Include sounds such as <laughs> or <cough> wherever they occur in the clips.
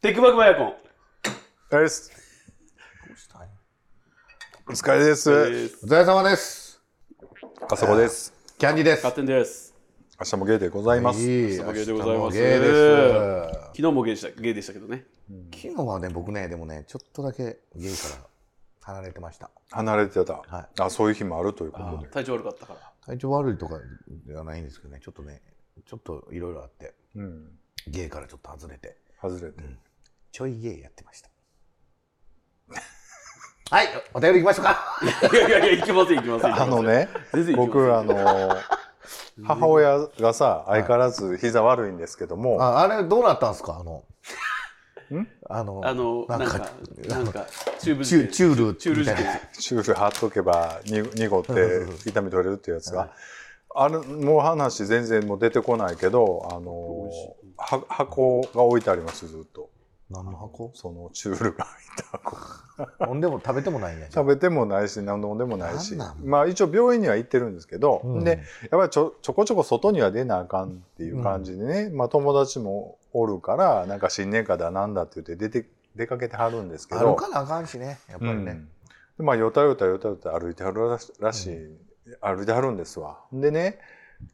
テックバックバイアコおン。疲れです。お疲れです。お疲れ様です。あそこです。キャンディです。ガッテンです。明日もゲイでございます。いいおかげでございます。明日もゲイです。昨日もゲイでしたゲイでしたけどね。昨日はね、僕ね、でもね、ちょっとだけゲイから離れてました。離れてた、はあ、そういう日もあるということで。体調悪かったから。体調悪いとかではないんですけどね、ちょっとね、ちょっといろいろあって、うん。ゲイからちょっと外れて、外れて。ちょいゲイやってました。 <laughs> はい、お便り行きましょうか。 <laughs> いやいやいや、行きません、行きません。あのね、全然行きません僕、あのー、母親がさ、相変わらず膝悪いんですけども、ああれ、どうなったんですかあの、あの、あの、なんか、なんか、中部チ事ュ件。チュールチュール事件。チュール貼っとけばに濁って痛み取れるっていうやつが、あれもう話全然もう出てこないけど、あのーは箱が置いてありますずっと何の箱そのチュールが入った箱ほんでも食べてもないんや。食べてもないし何飲んでもないしなんなんまあ一応病院には行ってるんですけど、うんでやっぱりちょちょこちょこ外には出なあかんっていう感じでね、まあ友達もおるからなんか新年会だなんだって言って出て出かけてはるんですけど歩かなあかんしね、やっぱりうんね。でまあよたよたよたよた歩いてはるらしらしい、歩いてはるんですわでね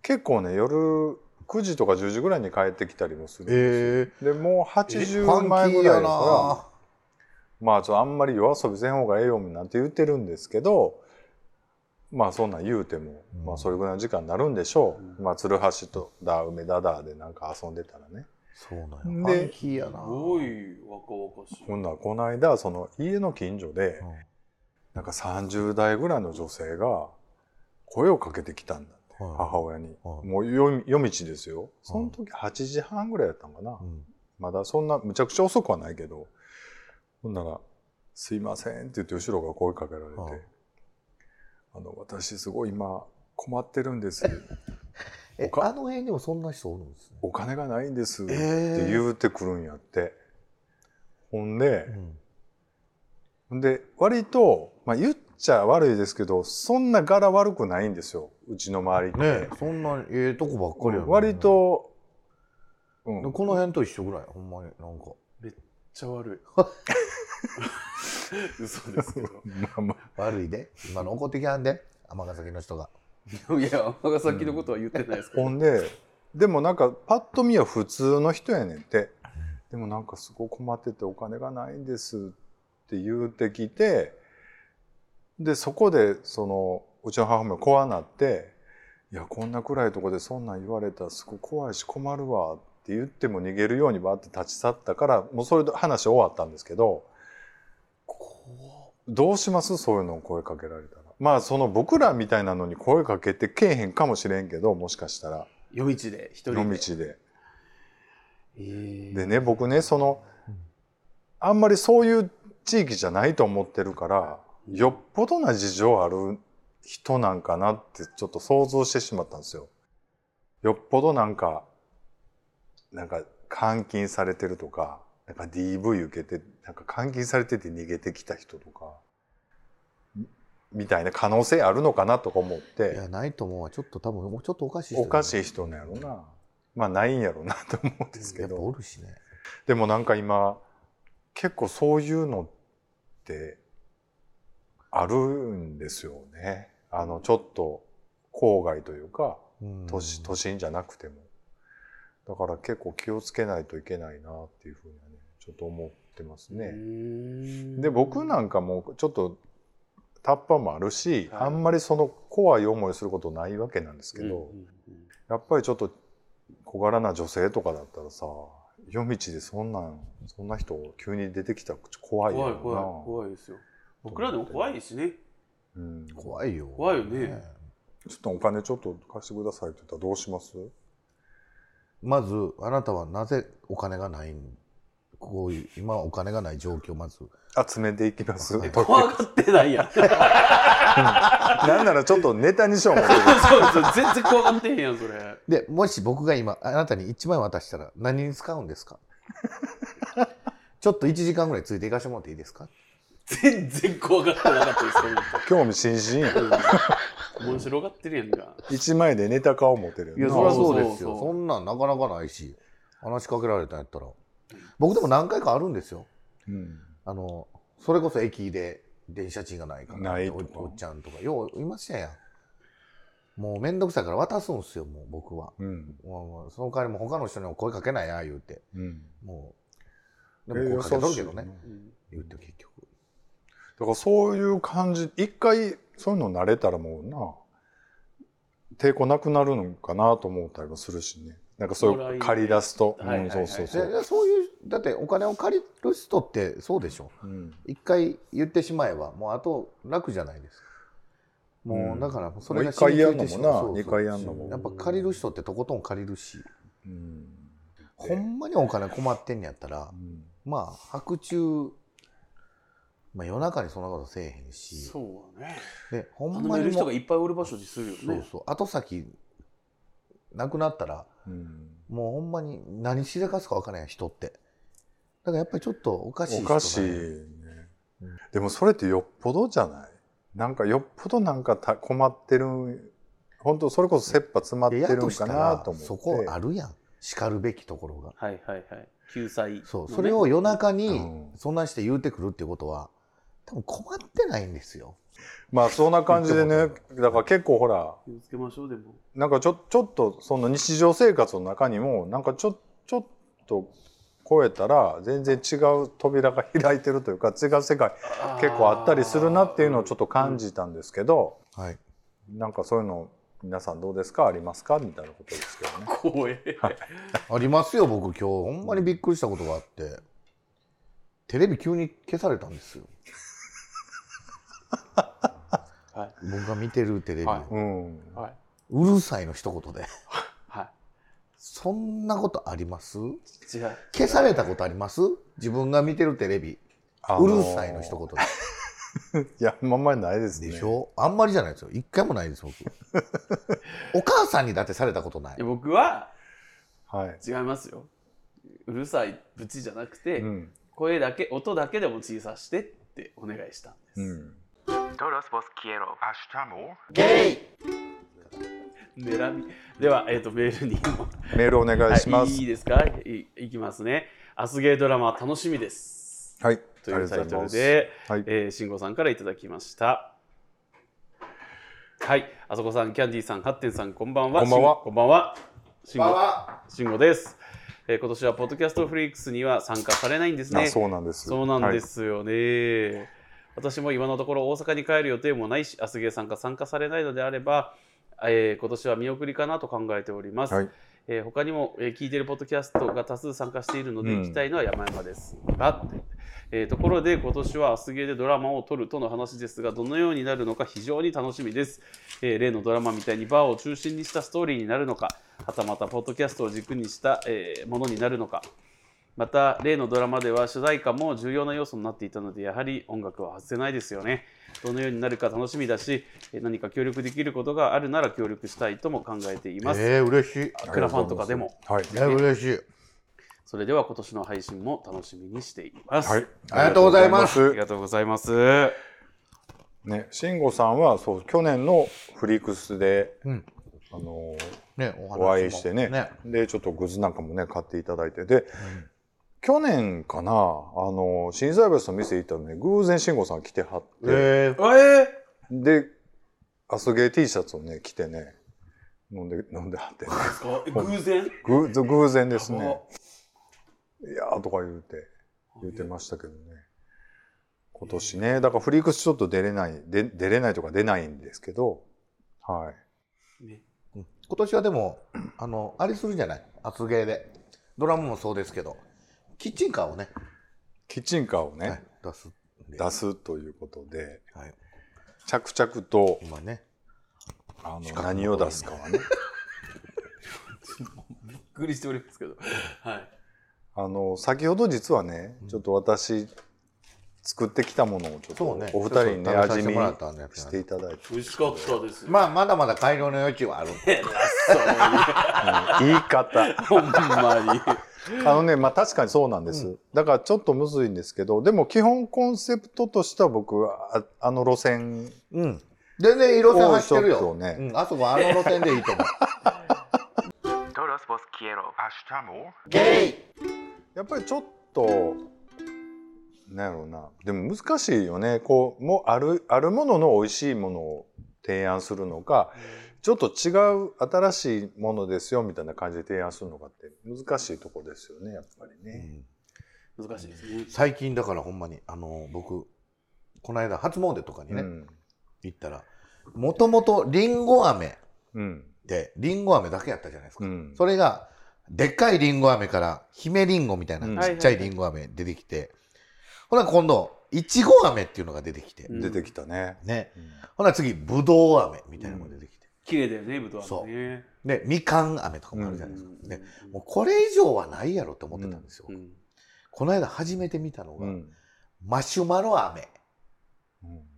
結構ね夜9時とか10時ぐらいに帰ってきたりもするんですよえでもうえ80前ぐらいだからファンキーやなまあちょっとあんまり夜遊びせん方がええよなんて言ってるんですけどまあそんなん言うても、うんまあそれぐらいの時間になるんでしょう、うまあ鶴橋とだ梅田だでなんか遊んでたらねそうなんや。でファンキーやな。すごい若々しい。ほんならこの間その家の近所でなんか30代ぐらいの女性が声をかけてきたんだってうんはい母親に、はいもう夜夜道ですよその時8時半ぐらいだったのかな、うんまだそんなむちゃくちゃ遅くはないけどほんなら「すいません」って言って後ろが声かけられてあ「あの私すごい今困ってるんですえお、かあの辺にもそんな人おるんですね。お金がないんです」ってえ言うてくるんやって、ほんでうんほんで割と、まあ、言っちゃ悪いですけどそんな柄悪くないんですようちの周りって、ねえそんなええとこばっかりやな割。と、うでん、この辺と一緒ぐらい、ほんまに、なんか。めっちゃ悪い。嘘ですけど。 <laughs> まあまあ悪いで。今の怒ってきはんで。尼崎の人が。 <laughs> いや、尼崎のことは言ってないですけど。ほんででもなんかパッと見は普通の人やねんってでもなんかすごい困っててお金がないんですって言うてきてでそこでそのうちの母親も怖なって「いやこんな暗いとこでそんなん言われたらすごい怖いし困るわ」って言っても逃げるようにバーって立ち去ったからもうそれで話終わったんですけどどうしますそういうのを声かけられたら。まあその僕らみたいなのに声かけてけえへんかもしれんけどもしかしたら。夜道で、一人で。夜道で。えーでね僕ねそのあんまりそういう地域じゃないと思ってるからよっぽどな事情ある人なんかなってちょっと想像してしまったんですよ。よっぽどなんかなんか監禁されてるとかなんか DV 受けてなんか監禁されてて逃げてきた人とかみみたいな可能性あるのかなとか思っいてや、ないと思うわ。ちょっと多分、ちょっとおかしい人。おかしい。い人なんやろなまあないんやろなと思うんですけやっぱど。おるしね。でもなんか今結構そういうのってあるんですよね。あのちょっと郊外というかうん都市都心じゃなくても。だから結構気をつけないといけないなっていうふうにはねちょっと思ってますうね。ーんで僕なんかもちょっとタッパーもあるし、はいあんまりその怖い思いすることないわけなんですけど。うんうんうんやっぱりちょっと小柄な女性とかだったらさ夜道でそんなんそんな人急に出てきたら怖いよ怖ない怖い怖いですよ僕らでも怖いしねうん、ちょ怖いよ。怖いよねえっとお金ちょっと貸してくださいって言ったらどうしますまず、あなたはなぜお金がないんこういう、今はお金がない状況、まず。集めていきますはいと怖がってないやん <laughs> そう <laughs> なんならちょっとネタにしよう思 <laughs> ってるそう全然怖がってへんやんそれで、もし僕が今、あなたに1万円渡したら何に使うんですか <laughs> ちょっと1時間ぐらいついていかしてもらっていいですか全然怖がってなかったですよ興味津々やん今面白がってるやんか1枚でネタ買おう思ってるいや、やんそりなゃそうですそうそうよ。そうそんなんなかなかないし、話しかけられたんやったら。僕でも何回かあるんですよ。うんあの、それこそ駅で電車賃がないから。ないとおかおっちゃんとか。よういましたやん。もうめんどくさいから渡すんすよ、もう僕は。うんもうもうその代わりも他の人にも声かけないな、言うて。うんもう。えでも声かけとるけ優どしいな。ねうん言うて結局。だからそういう感じ一回そういうの慣れたらもうな抵抗なくなるのかなと思ったりもするしねなんかそういう借り出すと、はいはいはいうん、そうそうそでう、でそういう、だってお金を借りる人ってそうでしょ。うん一回言ってしまえば、もうあと楽じゃないですか。もううんだから、そもうれが一回やんの染みついもてしまうなそうそう二回やんのもやっぱ借りる人ってとことん借りるし、うんほんまにお金困ってんねやったらう、んまあ、白昼、まあ夜中にそんなことせえへんし、そうだね。で、ほん頼まめにるも人がう、いっぱいおる場所にするよね。そうそう、後先、なくなったら、うんもうほんまに何しでかすか分からへん人って。だからやっぱりちょっとおかしいお人かしいなんやねうんでもそれってよっぽどじゃないなんかよっぽどなんかた困ってる本当それこそ切羽詰まっていややるとんしたかならと思ってそこあるやん叱るべきところがはいはいはい。救済のね。そうそれを夜中にうんそんなんして言うてくるっていうことは多分困ってないんですよまあそんな感じで言っねてだから結構ほら気をつけましょうでも。なんかちょちょっとその日常生活の中にもなんかちょちょっと超えたら全然違う扉が開いてるというか違う世界結構あったりするなっていうのをちょっと感じたんですけど、はいなんかそういうの皆さんどうですかありますかみたいなことですけどね。怖え。ありますよ僕今日ほんまにびっくりしたことがあってテレビ急に消されたん <laughs> ですよは僕が見てるテレビ、はうんはい。うるさいの一言ではそんなことありますい。じゃ消されたことあります自分が見てるテレビあのうーるさいの一言でいや、あんまりないですね。でしょ、あんまりじゃないですよ一回もな <laughs> いです僕お母さんにだってされたことないあ、僕ははい。違いますよ。うるさいブチじゃなくて、うん。声だけ、音だけでも小さしてってお願いしたんです。うん。 Todos vos quiero. Hasta luego. ゲイ狙みでは、えっとメールにもメールお願いしまはい、す。いいですかいいきますね。アスゲードラマ楽しみです。はい。というタイトルありがとうございで、ますはいえー慎吾さんからいただきました。はい、あそこさん、キャンディーさん、ハッテンさん、こんばんは。こんばんはしこんばんは。慎吾慎吾です。えー今年はポッドキャストフリークスには参加されないんですます。ね。あそうなんです。そうなんではい。すよね、私も今のところ大阪に帰る予定もないし、アスゲーさんが参加されないのであれば、えー今年は見送りかなと考えております。はいえー他にも、えー聞いているポッドキャストが多数参加しているのでうん行きたいのは山々ですが、ってえーところで今年はアスゲーでドラマを撮るとの話ですがどのようになるのか非常に楽しみです、えー例のドラマみたいにバーを中心にしたストーリーになるのかはたまたポッドキャストを軸にした、えーものになるのかまた例のドラマでは主題歌も重要な要素になっていたのでやはり音楽は外せないですよねどのようになるか楽しみだしえー何か協力できることがあるなら協力したいとも考えています、えー、嬉しいクラファンとかでもはい。えー、嬉しいそれでは今年の配信も楽しみにしています。はい。ありがとうございますあありりがとうございがとうございます。はます。ね、慎吾さんは、そう、去年のフリークスで、うんあのーねお話もお会いしてねねで、ちょっとグッズなんかもね、買っていただいて。で、去年かな、あのー、新サービスの店行ったのね、偶然慎吾さん来てはって。えーえで、アスゲー T シャツをね、着てね、飲んで、飲んではってね。ー、偶然ぐ偶然ですやばね。いやーとか言うて、言ってましたけどね。今年ね、だからフリークスちょっと出れない、で出れないとか出ないんですけど、はい。ねうん今年はでもあのあれするじゃない厚芸でドラムもそうですけどキッチンカーをね、キッチンカーをね、はい、出すんで出すということで、はい、着々と、今ねあの、近くの何を出すかはね、 <laughs> びっくりしておりますけど。はい。あの、先ほど実はね、ちょっと私、作ってきたものをちょっと、そうねお二人にね、ちょっと食べさ味見せてもらったんでしていただいて、美味しかったです。まあまだまだ改良の余地はあるえら言い方。そうに。ほんまに。あのね、まあ確かにそうなんです。だからちょっとむずいんですけど、でも基本コンセプトとしては僕は、ああの路線、うん全然色線走ってるおいちょよ、っとねうん、あそこあの路線でいいと思う Todos vos quiero. Hasta luego. やっぱりちょっとなんやろうなでも難しいよねこうもうあるあるものの美味しいものを提案するのかちょっと違う新しいものですよみたいな感じで提案するのかって難しいとこですよねやっぱりね。難しいですね。最近だからほんまにあの僕この間初詣とかにね、うん行ったらもともとりんご飴うんでりんご飴だけやったじゃないですか、うんそれがでっかいりんご飴から姫りんごみたいうんなちっちゃいりんご飴出てきて、ほな今度いちご飴っていうのが出てきて、うん出てきたね。ねうんほな次ぶどう飴みたいなのが出てきて、綺麗だよね、ぶどうはね。でみかん飴とかもあるじゃないですか、んねもうこれ以上はないやろって思ってたんですよ、うんこの間初めて見たのが、うんマシュマロ飴 <laughs> うん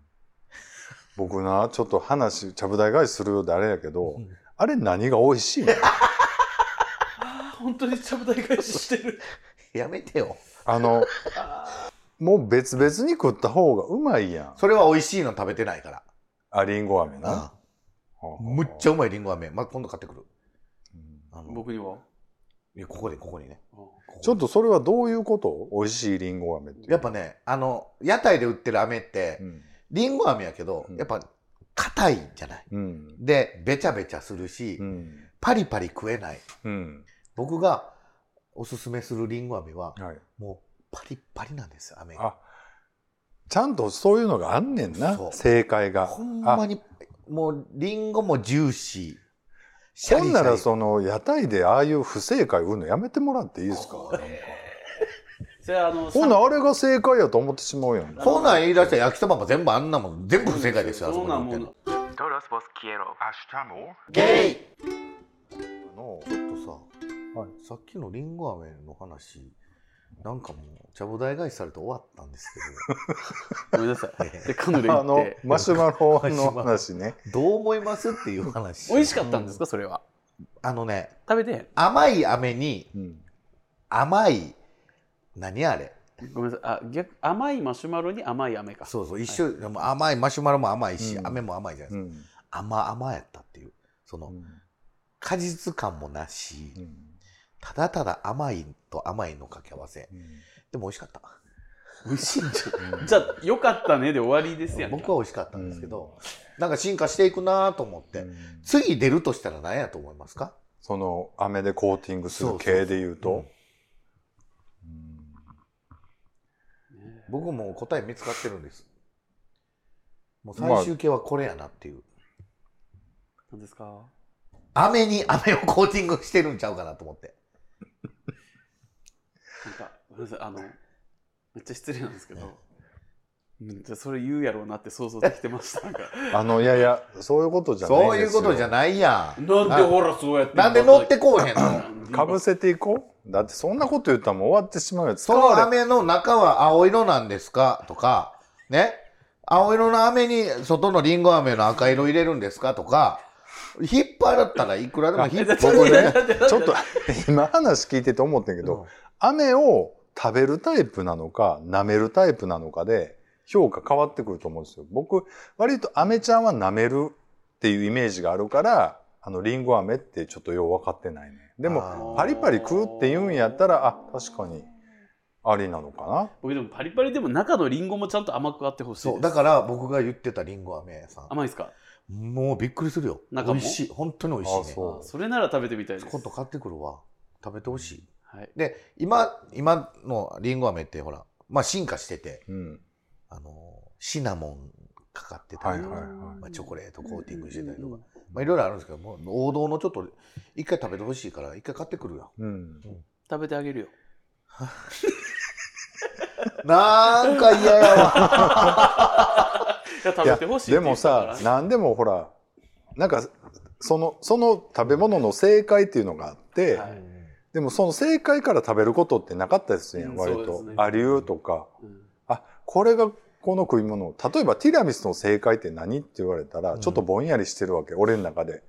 僕なちょっと話ちゃぶ台返しするようであれやけど、うんあれ何が美味しいの <laughs> あー本当にちゃぶ台返ししてる。やめてよあのもう別々に食った方がうまいやんそれは美味しいの食べてないからありんご飴な、あほうほうむっちゃうまいりんご飴、まあ、今度買ってくるうんあの僕にはいやここでここにねあーちょっとそれはどういうこと美味しいりんご飴っていうやっぱねあの屋台で売ってる飴ってうんりんご飴やけどうんやっぱ硬いじゃないうんでべちゃべちゃするし、うんパリパリ食えないうん僕がおすすめするりんご飴ははいもうパリッパリなんです飴があちゃんとそういうのがあんねんなそう正解がほんまあにもうりんごもジューシーシほャリシャんリならその屋台でああいう不正解売るのやめてもらっていいですかなんかそれはあの、ほんならあれが正解やと思ってしまうやんそんなん言い出したら焼きそばも全部あんなもん全部不正解ですよあそこうにな売っんてもるの。 Todos vos quiero. Hasta amor. ゲイのちょっとさ、はいさっきのりんご飴の話なんかもうちゃぶ台返しされて終わったんですごめんなさけい。ど <laughs> で、カヌレあ行っのて。マシュマロの話ね <laughs> どう思いますっていう話美味しかったんですか、それは。あのね食べてへん。甘い飴にうん甘い何あれごめんなさい。あ、逆、甘いマシュマロに甘い飴か。そうそう一緒、でも甘いマシュマロも甘いし、うん飴も甘いじゃないうですんか、甘甘やったっていうそうのん果実感もなし、うんただただ甘いと甘いの掛け合わせうんでも美味しかった美味しいんじゃん。じゃあ、よかったねで終わりですやんか。僕は美味しかったんですけど、なんか進化していくなと思って、うん次出るとしたら何やと思いますかその飴でコーティングする系で言うとうん僕もう答え見つかってるんですもうまあ最終形はこれやなっていう、なんですか飴に飴をコーティングしてるんちゃうかなと思ってなんか、ごめんなさい。あの、めっちゃ失礼なんですけどね。うんじゃあそれ言うやろうなって想像できてました。なんかあのいやいやそういうことじゃないそういうことじゃいないやんなんでほらそうやってなんで乗ってこうへんのかぶせていこうだってそんなこと言ったらもう終わってしまうよ使そのわれ飴の中は青色なんですかとか、ね。青色の飴に外のリンゴ飴の赤色入れるんですかとか、引っ張らったらいくらでも引っ張ちょっとる僕ね待ってちょっと今話聞いてて思ってんけど飴を食べるタイプなのか舐めるタイプなのかで評価変わってくると思うんですよ。僕割と飴ちゃんは舐めるっていうイメージがあるからあのリンゴ飴ってちょっとよう分かってないね。でももパリパリ食うって言うんやったらあ確かにありなのかな。僕でもパリパリでも中のリンゴもちゃんと甘くあってほしいですそう、だから僕が言ってたリンゴ飴さ甘いですかん、もうびっくりするよ。美中も味しい。本当に美味あしいね。そそれなら食べてみたいです今度買ってくるわ。食べてほしい。はい、で、今、今のリンゴ飴ってほら、まあ進化してて、う。うん。あの、シナモンかかってたりとか、はいはいはいまあ、チョコレートコーティングしてたりとか、うんまあ、いろいろあるんですけどもう王道のちょっと一回食べてほしいから一回買ってくるようん。食べてあげるよなんか嫌 <laughs> やわいや食いべやてほしいでもさ何でもほらなんかそのその食べ物の正解っていうのがあって。はいでもその正解から食べることってなかったですね、うん割そうと、ですねありうとかうんあこれがこの食い物例えばティラミスの正解って何って言われたらうんちょっとぼんやりしてるわけ、俺の中で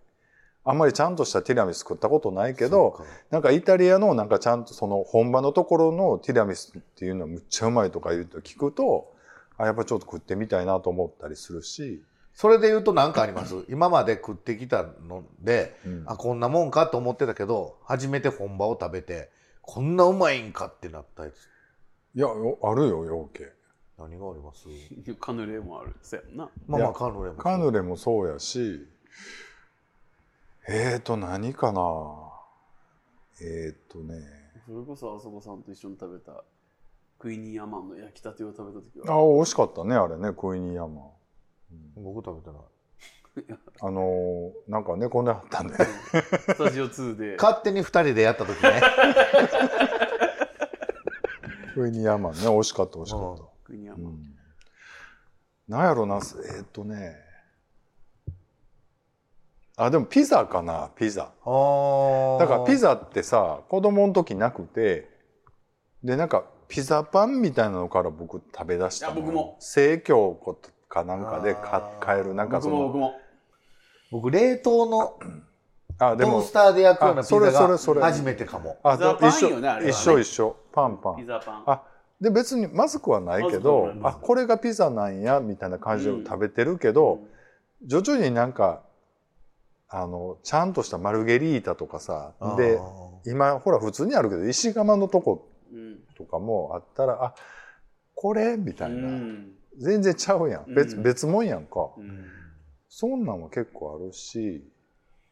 あんまりちゃんとしたティラミス食ったことないけどなんかイタリアのなんかちゃんとその本場のところのティラミスっていうのはむっちゃうまいとか言うと聞くとあやっぱちょっと食ってみたいなと思ったりするし、それで言うと何かあります今まで食ってきたのでうんあこんなもんかと思ってたけど初めて本場を食べてこんなうまいんかってなったやついや、よあるよ、養鶏。何がありますカヌレもあるせやんなまあいまあやカヌレもカヌレもそうやし、えーと、何かなえーとね、それこそあそこさんと一緒に食べたクイニーアマンの焼きたてを食べた時あはあ、美味しかったね、あれね、クイニーヤマン。僕食べてないあのーなんか猫であったん <laughs> で、スタジオ2で勝手に2人でやった <laughs> 時ねクイニーヤマンね、美味しかった、美味しかっクイニーアた。マン、うん。なんやろな、すえーとね、あ、でもピザかな、ピザ。ああだからピザってさ子供の時なくてでなんかピザパンみたいなのから僕食べ出したのいや僕も生協かなんかで買あー買えるなんか僕そもの僕も僕冷凍のあでトーもスターで焼くようなあピザそれそれそれが初めてかもあピザパンよねあれはね一緒一緒パンパピンザパンあで別にまずくはないけまどずくはないあこれがピザなんやみたいな感じで食べてるけど、徐々になんかあのちゃんとしたマルゲリータとかさであ今ほら普通にあるけど石窯のとこうんとかもあったらあこれみたういな、ん全然ちゃうやん別,、うん別もんやんか、うんそんなんは結構あるし、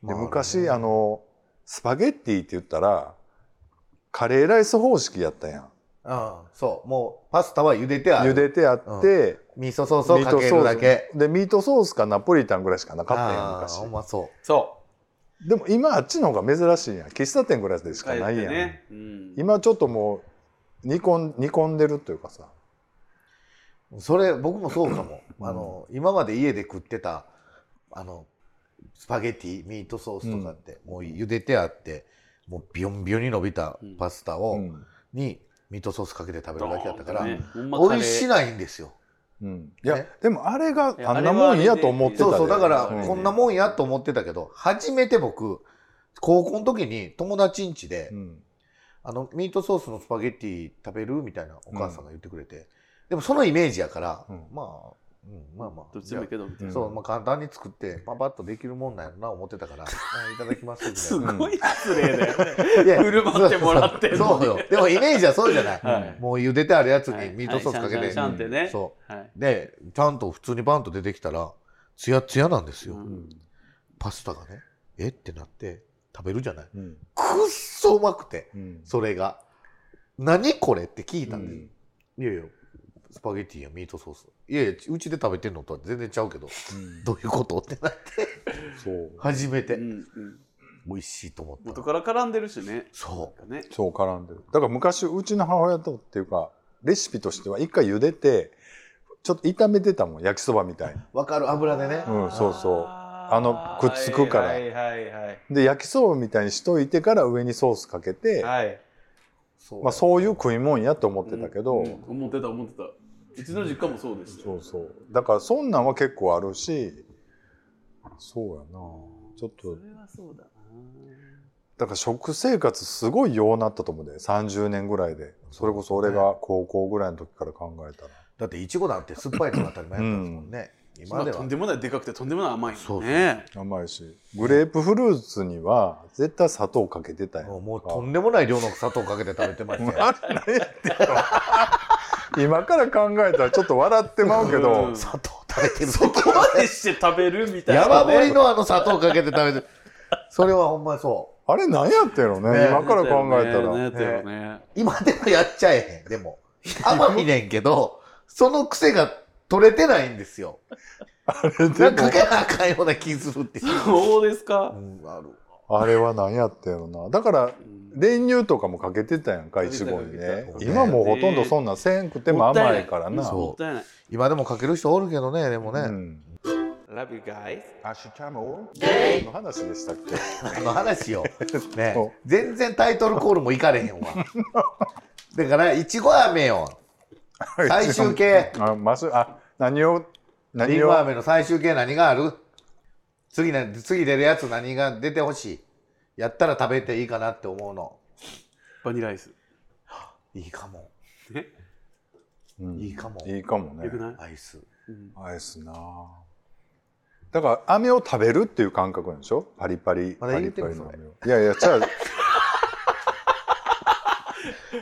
ーでまあ昔ねあのスパゲッティって言ったらカレーライス方式やったやんうんそうもうパスタは茹でてある茹でてあって、味噌ソースをかけるだけスでミートソースかナポリタンぐらいしかなかったやんあ昔ーうまそそでも今あっちの方が珍しいやん喫茶店ぐらいうでしかない帰やん、ってねうん、今ちょっともう煮込ん煮込んでるというかさうそれ僕もそうかも、うんあの今まで家で食ってたあのスパゲティミートソースとかって、もう茹でてあってもうビヨンビヨンに伸びたパスタを、うんにミートソースかけて食べるだけだったから、ねほんまカレー美味しないんですようん、いやねでもあれがいやあんなもんやと思ってたそうでそうだからうんこんなもんやと思ってたけど初めて僕高校の時に友達ん家で、うんあのミートソースのスパゲッティ食べるみたいなお母さんが言ってくれて、でもそのイメージやから、うんまあ、うん、まあまあどっちでもいいけどみたいうんなそう、まあ、簡単に作ってパパッとできるもんなんやろな思ってたからあいただきますみたすいなごい失礼だよねいや振る舞ってもらってんのにそうそうよでもイメージはそうじゃない、はいもう茹でてあるやつはいにミートソースかけて、はいシャンシャンシャンってねそはい、うでちゃんと普通にバンと出てきたらツヤツヤなんですよ、うんパスタがねえってなって食べるじゃないうんくっそうまくてうんそれが何これって聞いたんです、うんいやいやスパゲティやミートソースいやいやうちで食べてんのとは全然ちゃうけど <laughs> どういうことってなそう <laughs> 初めて、うんうん美味しいと思っ元たから絡んでるしねそなんかねそう絡んでるだから昔うちの母親とっていうかレシピとしては一回茹でてちょっと炒めてたもん焼きそばみたいにうわかる油でねうんそうそうあのくっつくからはいはいはいで焼きそばみたいにしといてから上にソースかけて、はいそうまあ、そういう食い物やと思ってたけど、うん思ってた思ってたうちの実家もそうでしたそうそうだからそんなんは結構あるしそうやなちょっとそれはそうだなだから食生活すごいようなったと思うで30年ぐらいでそれこそ俺が高校ぐらいの時から考えたら。だっていちごなんて酸っぱいのが当たり前だったんですもんね、今でとはんでもないでかくてとんでもない甘いそようそうね甘いしグレープフルーツには絶対砂糖かけてたやんもうもうとんでもない量の砂糖かけて食べてましたよ今から考えたらちょっと笑ってまうけど、うん <laughs> 砂糖食べてるそ <laughs> こまでして食べるみたいなね山盛りのあの砂糖かけて食べてる <laughs> それはほんまにそうあれ何やってんのねね今から考えたら、ねだよね今でもやっちゃえへんでも甘 <laughs> いねんけどその癖が取れてないんですよ <laughs> なんかかけなあかんような気するっていう、そうですうかん、あるあれは何やってんのなだからうん練乳とかもかけてたやんかいちごにかけねてた今もうほとんどそんなせんくてももったいない甘いからなうんそうもったいない今でもかける人おるけどねでもね、うん、 Love you guys 明日も何の話でしたっけあの話 <laughs> よ、ねそ、全然タイトルコールもいかれへ <laughs> んわだからいちご飴よ最終形あまずあ何をり何んごを飴の最終形何がある次な次出るやつ何が出てほしいやったら食べていいかなって思うのバニラアイスいいかもねうんいいかもいいかもねよくないアイスうんアイスなあだから飴を食べるっていう感覚なんでしょパリパリまパだ言リ <laughs> うてパるリの飴をいやいや違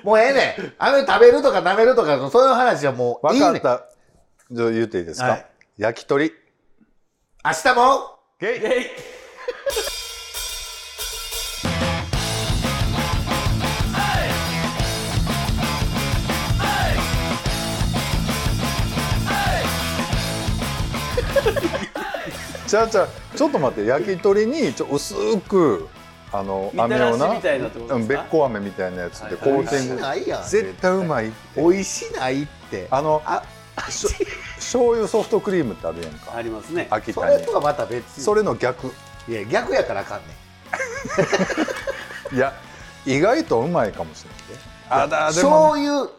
うもうええねん。飴食べるとか舐めるとか、そういう話はもうい分いねかん。った。じゃあ言っていいですか、はい焼き鳥。明日もゲイゲイじゃあじゃあちょっと待って、焼き鳥にちょ薄く、あの、みた飴らをしな、みたいなってことうでんすかべっこ飴みたいなやつでコはいー美テ味しィング。ないやん。絶対うまいって。美味しないって。あの、あしょ醤油ソフトクリームってあるやんあか。りますね秋そ田れに。とはまた別それの逆。いや、逆やからあかんねいや、意外とうまいかもしれないね。あ、ん。だ、でも、醤油、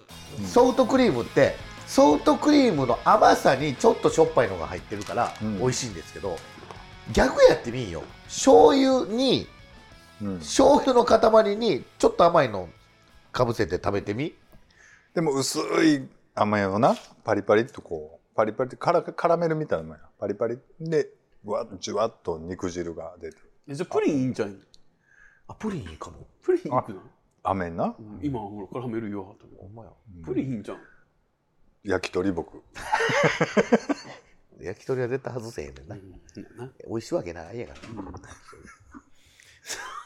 ソフトクリームって、ソフトクリームの甘さにちょっとしょっぱいのが入ってるから、うん美味しいんですけど、逆やってみんよ。醤油に、うん醤油の塊にちょっと甘いのかぶせて食べてみでも薄い甘いよな、パリパリっとこう、パリパリってカラカラメルみたいなもんや。パリパリで、わじゅわっと肉汁が出てる。えじゃあプリンいいんじゃんあ、プリンいいかも。プリンいくの飴な、今ほら絡めるよと思ってほんまや。プリンいいんじゃん焼き鳥僕。焼き鳥は絶対外せへんねんな。美味しいわけないやから。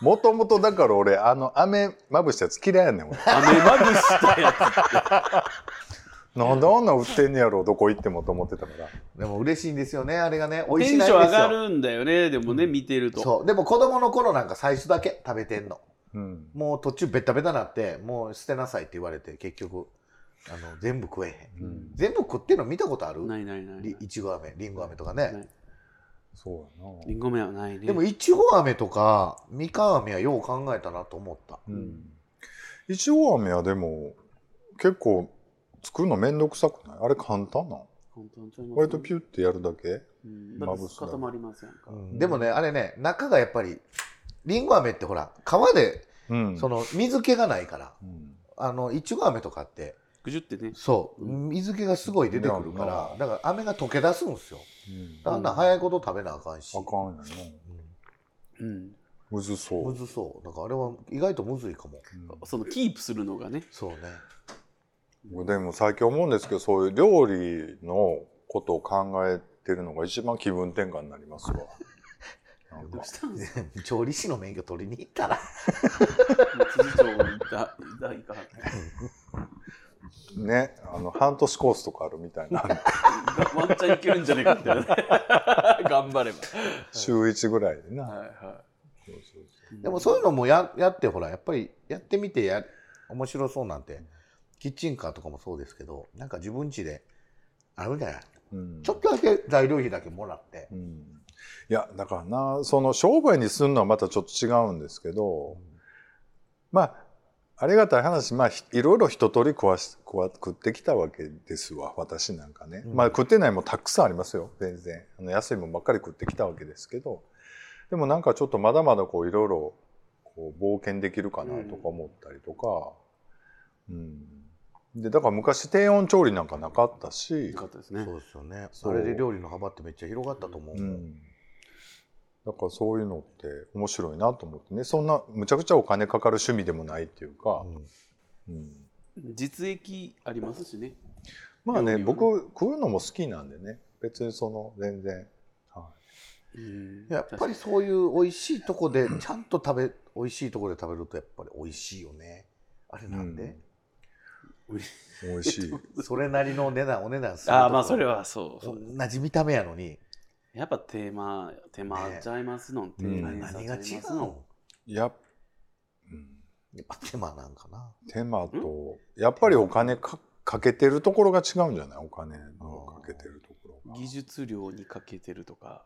もともとだから俺、あの、飴まぶしたやつ嫌いやねん。 <laughs> 俺雨まぶしたやつなんであんなん売ってんねやろ、どこ行ってもと思ってたから。でも嬉しいんですよね、あれがね。美テ味しいンないシんョンで上すがよ。るんだよねでもね見てるとそう。でも子供の頃なんか最初だけ食べてんの。うん。もう途中ベタベタなって、もう捨てなさいって言われて、結局、あの、全部食えへん。うん、全部食ってんの見たことあるないないないないりいちご飴、りんご飴とかなねい。そうやりな。んご飴はないねでも、いちご飴とか、みかん飴はよう考えたなと思った。うん。いちご飴はでも、結構、作るのめんどくさくないあれ簡単なの簡単ちゃいます割とピュってやるだけうんだって固まりませんかうんでもね、あれね、中がやっぱり、りんご飴ってほら、皮で、うんその、水気がないから、うんあの、いちご飴とかって、ぐじゅってねそう、水気がすごい出てくるから、だから飴が溶け出すんですよ。うんだからあんな早いこと食べなあかんし。あかんやな。うんむずそむう。ずそう。だからあれは意外とむずいかも。そのキープするのがねそうね。うんでも最近思うんですけど、そういう料理のことを考えてるのが一番気分転換になり <laughs> ますわ。なんどかうしたんですか <laughs> 調理師の免許取りに行ったら。 <laughs> 辻長いたいたいね、あの半年コースとかあるみ <laughs> たいな、かワンチャンいけるんじゃないかみたいな <laughs> 頑張れ週一ぐらいでばな。はいはそうそういでもそういうのもややってほら、やっぱりやってみてや面白そうなんて、キッチンカーとかもそうですけど、なんか自分家であるんじゃないそううんちょっとだけ材料費だけもらって。うんいやだからなその商売にするのはまたちょっと違うんですけど、まあありがたい話、まあ、ひいろいろ一通り食わし食わ食ってきたわけですわ私なんかね、うんまあ食ってないもんたくさんありますよ全然あの安いもんばっかり食ってきたわけですけどでもなんかちょっとまだまだこういろいろこう冒険できるかなとか思ったりとか、うんでだから昔低温調理なんかなかったしよかったですねそうですよね。そそうれで料理の幅ってめっちゃ広がったと思う。うん、だからそういうのって面白いなと思ってねそんなむちゃくちゃお金かかる趣味でもないっていうか、ううんん実益ありますしねまあ料ね理は僕食うのも好きなんでね別にその全然、はうんやっぱりそういう美味しいとこでちゃんと食べ美味しいとこで食べるとやっぱり美味しいよねあれい、なんで、うん美味しいそれなりの値段お値段するとああまあそれはそうそう同じ見た目やのにやっぱテーマ手間ちゃいますのんて、ねうん何が違うのいや、うん、やっぱ手間なんかな手間とやっぱりお金かかけてるところが違うんじゃないお金のかけてるところが技術量にかけてるとか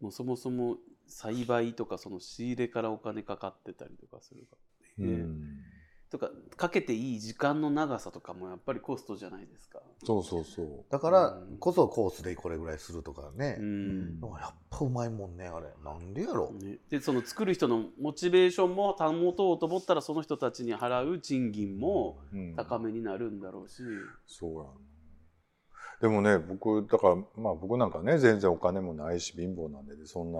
もうそもそも栽培とかその仕入れからお金かかってたりとかするかうん、とかかけていい時間の長さとかもやっぱりコストじゃないですか。そうそうそうだからこそコースでこれぐらいするとかねう、んでもやっぱうまいもんねあれなんでやろ、ね、でその作る人のモチベーションも保とうと思ったらその人たちに払う賃金もうん高めになるんだろうし、そうやんでもね僕だからまあ僕なんかね全然お金もないし貧乏なんでそんな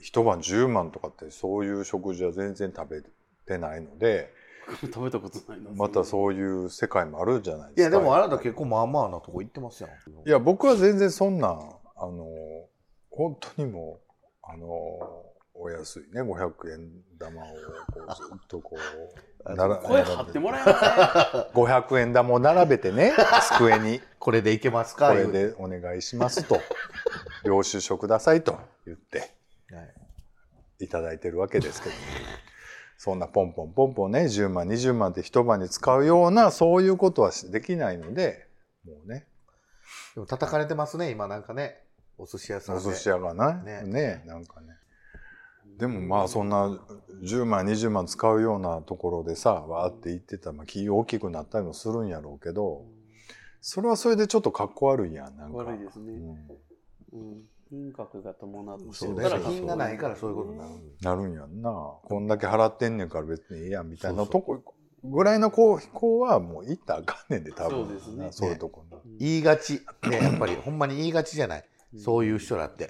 一晩10万とかってそういう食事は全然食べてないので <laughs> 食べたことないなまたそういう世界もあるじゃないいですやか。でもあなた結構まあまあなとこ行ってますやんいや、僕は全然そんな、あの、本当にもう、あの、お安いね、500円玉をこうずっとこ <laughs> う、なら声張ってもらえません500円玉を並べてね、机に、これで行けますこかれでお願いします <laughs> と、領収書くださいと言って言うはいいただいてるわけですけど、そんなポンポンポンポンね、10万、20万って一晩に使うような、そういうことはしできないので、もうね、でも叩かれてますね今なんかねお寿司屋さんおで寿司屋がなねねなんかね <laughs> でもまあそんな10万20万使うようなところでさわーって言ってたらまあ企業大きくなったりもするんやろうけどそれはそれでちょっとかっこ悪いやんなんか悪いですうね、んうん、品格が伴ってそうるねから品がないからそういうことになるんでなるんやんなこんだけ払ってんねんから別にええやんみたいなとこぐらいの子子はもう行ったらあかんねんで多分そうですねそういうとこに、言いがち <clears throat> ねやっぱりほんまに言いがちじゃないそういう人だって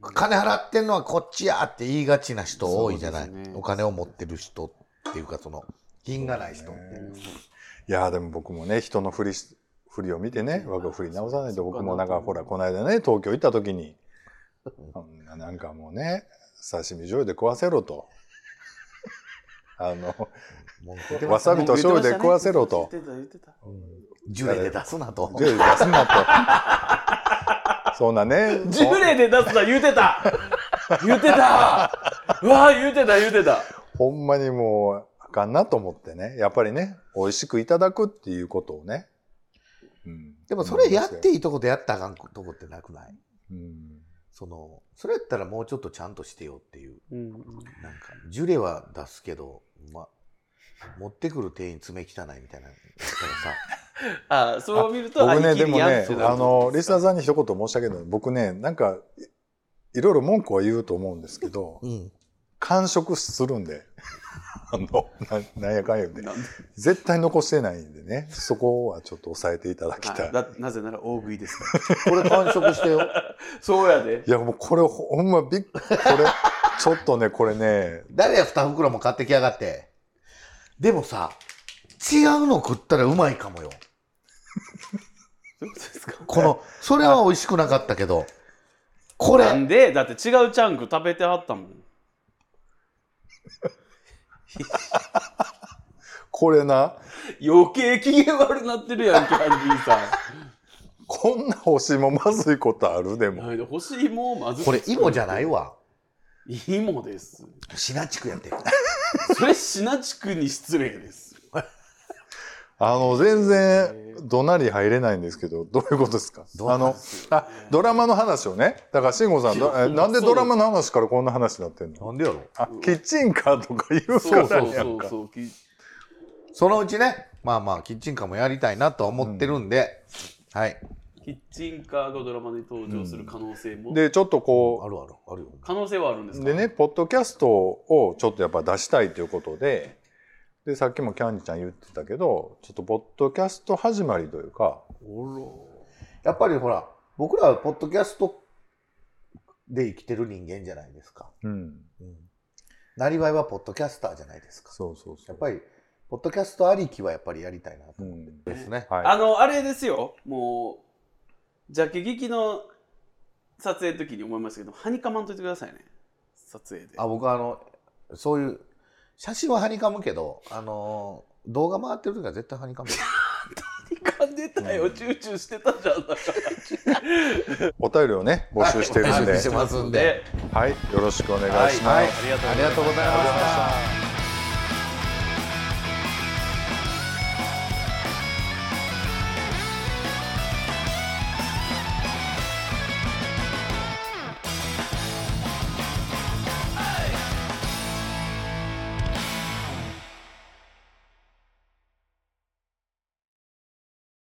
うん金払ってんのはこっちやって言いがちな人多いじゃない、そうですねお金を持ってる人っていうかその品がない人って、うんいやーでも僕もね人のふりしふりを見てね我が振り直さないと僕もなんかほらこの間ね東京行った時にあんななんかもうね刺身醤油で食わせろとあの文句言ってまわすさびと醤油で食わせろと言ってた言ってたジュレで出すなと醤油出すなとそんなねジュレで出すな言うてた言うてたうわ言うてた言うてたほんまにもうあかんなと思ってねやっぱりね美味しくいただくっていうことをね、うんでもそれやっていいとことやったらあかんとこってなくないうんそのそれやったらもうちょっとちゃんとしてよっていううんなんかジュレは出すけど、ま、持ってくる店員爪汚いみたいなのやったらさあそう見ると僕あねいけでるもやんねってなるあのリスナーさんに一言申し上げるのは僕ねなんかいいろいろ文句は言うと思うんですけどうん完食するんで <laughs> あのななんやかんやでなんで絶対残してないんでねそこはちょっと抑えていただきたいあだなぜなら大食いですから <laughs> これ完食してよそうやでいやもうこれほほんまびっこれちょっとねこれね誰や2袋も買ってきやがってでもさ違うの食ったらうまいかもよそういうことですかこのそれは美味しくなかったけどこれなんでだって違うチャンク食べてはったもんこれな余計機嫌悪なってるやんけハンディさこんな星もまずいこと <laughs> あるでんもなんで欲しいもんまずこれ芋じゃないいわ芋ですシナチクやってそれシナ地区に失礼 <laughs> ですあの全然どなり入れないんですけどどういうことですかどうあのあドラマの話をねだから慎吾さんどえなんでドラマの話からこんな話になってんのなんでやろあキッチンカーとか言うそうからそうやそんうかそうきそのうちねまあまあキッチンカーもやりたいなとは思ってるんで、はいキッチンカーがドラマで登場する可能性も、でちょっとあこるあるあるよ可能性はあるんですうかでねポッドキャストをちょっとやっぱ出したいということででさっきもキャンディちゃん言ってたけどちょっとポッドキャスト始まりというかやっぱりほら僕らはポッドキャストで生きてる人間じゃないですかうんなりわいはポッドキャスターじゃないですかそうそうそうやっぱりポッドキャストありきはやっぱりやりたいなとう思んうんですね、はいあのあれですよもうジャケ劇の撮影の時に思いましたけどはにかまんといてくださいね撮影であ僕はあのそういう写真ははにかむけどあのー動画回ってる時は絶対はにかむ噛んでたよ、チューチューしてたじゃんだからお便りをね募集してるん募で集してますんではいよろしくお願いします、はいありがとうございました